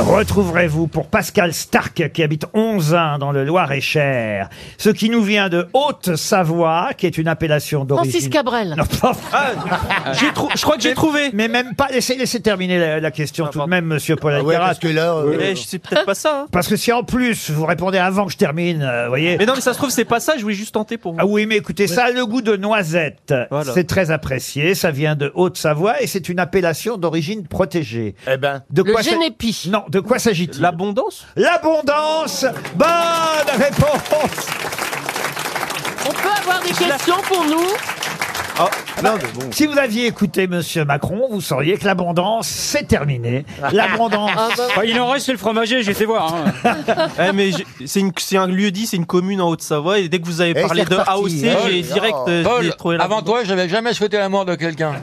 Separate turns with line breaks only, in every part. retrouverez-vous pour Pascal Stark qui habite 11 dans le Loir-et-Cher. Ce qui nous vient de Haute-Savoie, qui est une appellation d'origine.
Francis Cabrel.
Non, pas-
Ah.
J'ai trou- Je crois que j'ai trouvé.
Mais même pas. Laissez, laissez terminer la, la question tout de même, monsieur Paul
Ah Ouais,
Alcaraz.
parce que là, euh,
Mais c'est peut-être pas ça. hein.
Parce que si en plus vous répondez avant que je termine, euh, vous voyez.
Mais non, mais ça se trouve, c'est pas ça. Je voulais juste tenter pour vous.
Ah oui, mais écoutez, ça a le goût de noisette.
Voilà.
C'est très apprécié. Ça vient de Haute-Savoie et c'est une appellation d'origine protégée.
eh ben,
De
Le
sa-
génépi.
Non, de quoi s'agit-il
L'abondance
L'abondance. Bonne réponse.
On peut avoir des questions pour nous
non, mais bon.
Si vous aviez écouté Monsieur Macron, vous sauriez que l'abondance, c'est terminé. L'abondance.
Enfin, Ah, il en reste, c'est le fromager, j'ai fait voir. hein.
Eh, mais j'ai- c'est une- c'est un lieu dit, c'est une commune en Haute-Savoie. Et dès que vous avez
Eh,
parlé
c'est
de
reparti,
AOC,
hein.
j'ai
Oh.
direct euh, j'ai
Paul,
trouvé la
avant toi, j'avais jamais souhaité la mort de quelqu'un.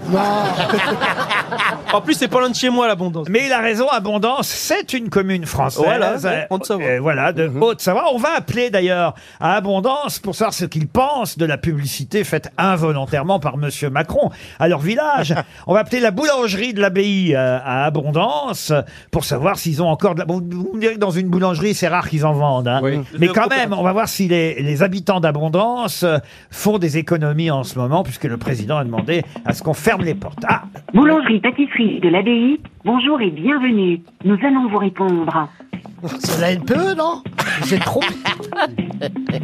En plus, c'est pas loin de chez moi l'abondance.
Mais il a raison, Abondance, c'est une commune française.
Voilà,
Euh,
ouais, Haute-Savoie. Mhm.
euh, voilà, de Haute-Savoie. On va appeler d'ailleurs à Abondance pour savoir ce qu'ils pensent de la publicité faite involontairement par Monsieur Macron à leur village. On va appeler la boulangerie de l'abbaye euh, à Abondance pour savoir s'ils ont encore de la... Bon, vous me direz que dans une boulangerie, c'est rare qu'ils en vendent. hein.
Oui.
Mais
Le
quand
coopératif.
même, on va voir si les, les habitants d'Abondance euh, font des économies en ce moment puisque le président a demandé à ce qu'on ferme les portes. Ah,
Boulangerie pâtisserie de l'abbaye, bonjour et bienvenue. Nous allons vous répondre.
c'est la NPE, non C'est trop.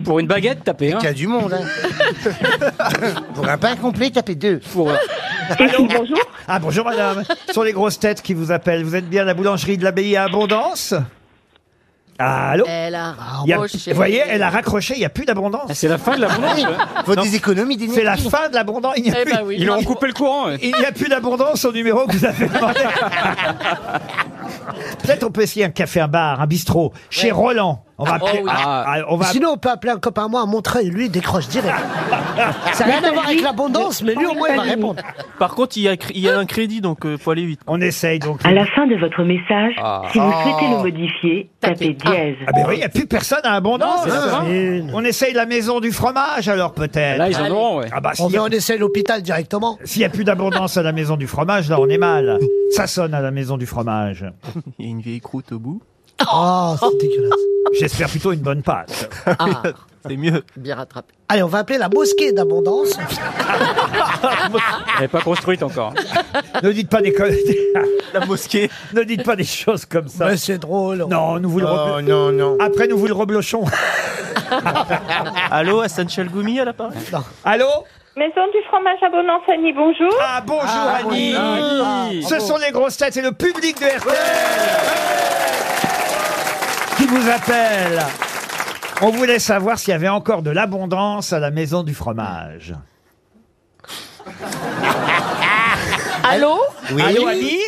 Pour une baguette, tapez un.
Il y a du monde, hein. Pour un pain complet, tapez deux.
Pour, euh,
bonjour.
Ah bonjour madame, ce sont les grosses têtes qui vous appellent. Vous êtes bien à la boulangerie de l'abbaye à Abondance Ah, Allô
Elle a
Il y a-
raccroché. Ah,
Vous voyez, elle a raccroché, il n'y a plus d'abondance.
c'est la fin de la boulangerie.
Faut des économies, des
C'est la fin de l'abondance, il n'y a
Eh
plus...
ben oui.
Ils ont coupé le courant. ouais.
il n'y a plus d'abondance au numéro que vous avez demandé. Peut-être on peut essayer un café, un bar, un bistrot, chez Roland. On va appeler-
oh oui.
Ah, ah, on va
Sinon, on peut appeler un copain à moi à Montreuil, lui, il décroche direct. Ça n'a rien à voir avec l'abondance, mais lui, au moins, il va répondre.
Par contre, il y a, cr- il y a un crédit, donc euh, faut aller vite.
On essaye donc.
À la fin de votre message, si vous souhaitez le modifier,
Ah. Tapez
tapez dièse.
Ah ben oui, il n'y a plus personne à abondance.
Non, c'est la fin.
on essaye la maison du fromage alors peut-être.
Là, ils en
Allez.
auront, ouais.
Ah bah,
On
s'il y a-
vient, on essaie l'hôpital directement.
S'il n'y a plus d'abondance à la maison du fromage, là on est mal. Ça sonne à la maison du fromage.
Il y a une vieille croûte au bout.
Oh, c'est dégueulasse.
J'espère plutôt une bonne pâte.
Ah,
C'est mieux.
bien rattrapé.
Allez, on va appeler la mosquée d'abondance.
Elle n'est pas construite encore.
Ne dites pas des, co-
La mosquée.
ne dites pas des choses comme ça.
Mais c'est drôle.
Non, nous vous le reblo-
non, non.
Après nous vous le reblochons.
Allô, Hassan Chalgoumi à l'appareil
Allô
Maison du fromage à Bonance, Annie, bonjour.
Ah bonjour Annie. Ce sont les grosses têtes et le public de RTL qui vous appelle. On voulait savoir s'il y avait encore de l'abondance à la maison du fromage.
Allô
Oui.
Allô Annie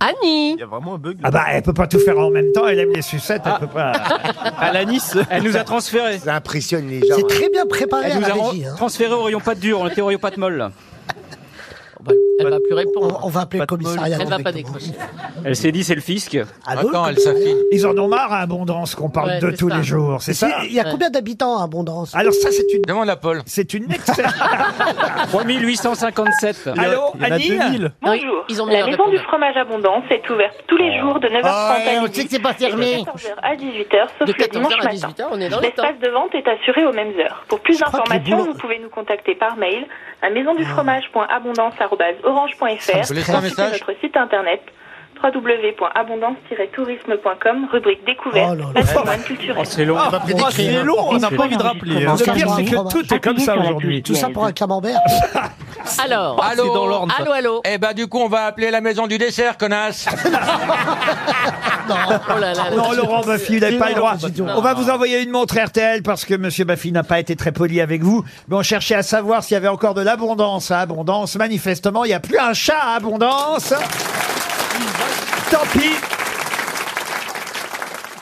Annie
Il y a vraiment un bug.
Ah bah elle peut pas tout faire en même temps, elle aime les sucettes,
Ah.
elle peut pas.
À la Nice.
Elle nous a transférés.
Ça impressionne les gens. C'est très bien préparé
Elle
à
nous
la
a ren-
régie, hein.
transférés au rayon pâte dure. On était au rayon pâte molle. là.
Elle va plus
On,
répondre.
on va appeler le
Pas de bol.
commissariat.
Elle va pas
directement.
décrocher.
Elle s'est dit, c'est le fisc.
Allô,
Attends,
le
elle s'affine.
Ils en ont marre à abondance qu'on parle
Ouais,
de
c'est
tous
ça.
les jours, c'est ça Ah,
Il y a combien d'habitants à Abondance
Alors ça c'est une
Demande à Paul.
c'est une excellente
3857.
Il y a-
Allô,
il y en a
Annie
2000.
Bonjour. Ils ont mis
La
leur
maison du
répondeur.
fromage abondance est ouverte tous
Oh.
les jours de 9h30 à midi.
c'est pas
et de 14h à 18h, sauf
De
le dimanche
14h à
matin.
18h, on est dans les temps.
L'espace de vente est assuré aux mêmes heures. Pour plus
Je crois que les
d'informations,
boulons-
vous pouvez nous contacter par mail à maisondufromage.abondance.orange.fr
Ça
me laisse un
ainsi que
message
notre site internet www.abondance-tourisme.com, rubrique
Oh
découverte,
là là.
patrimoine culturel.
Oh, c'est long.
va plus
Ah, c'est
décrire.
long, on n'a pas envie de rappeler. hein.
Le pire c'est que
Fromage.
tout est comme ça aujourd'hui.
Tout ça pour un camembert
Alors,
Ah, c'est dans l'ordre. ça.
allô, allô.
Eh ben, du coup, on va appeler la maison du dessert, connasse.
Oh là là là.
Non, Laurent Baffy, vous n'avez pas le droit.
c'est dur.
On va vous envoyer une montre RTL parce que Monsieur Baffy n'a pas été très poli avec vous. Mais on cherchait à savoir s'il y avait encore de l'abondance à abondance. Manifestement, il n'y a plus un chat à abondance. Tant pis.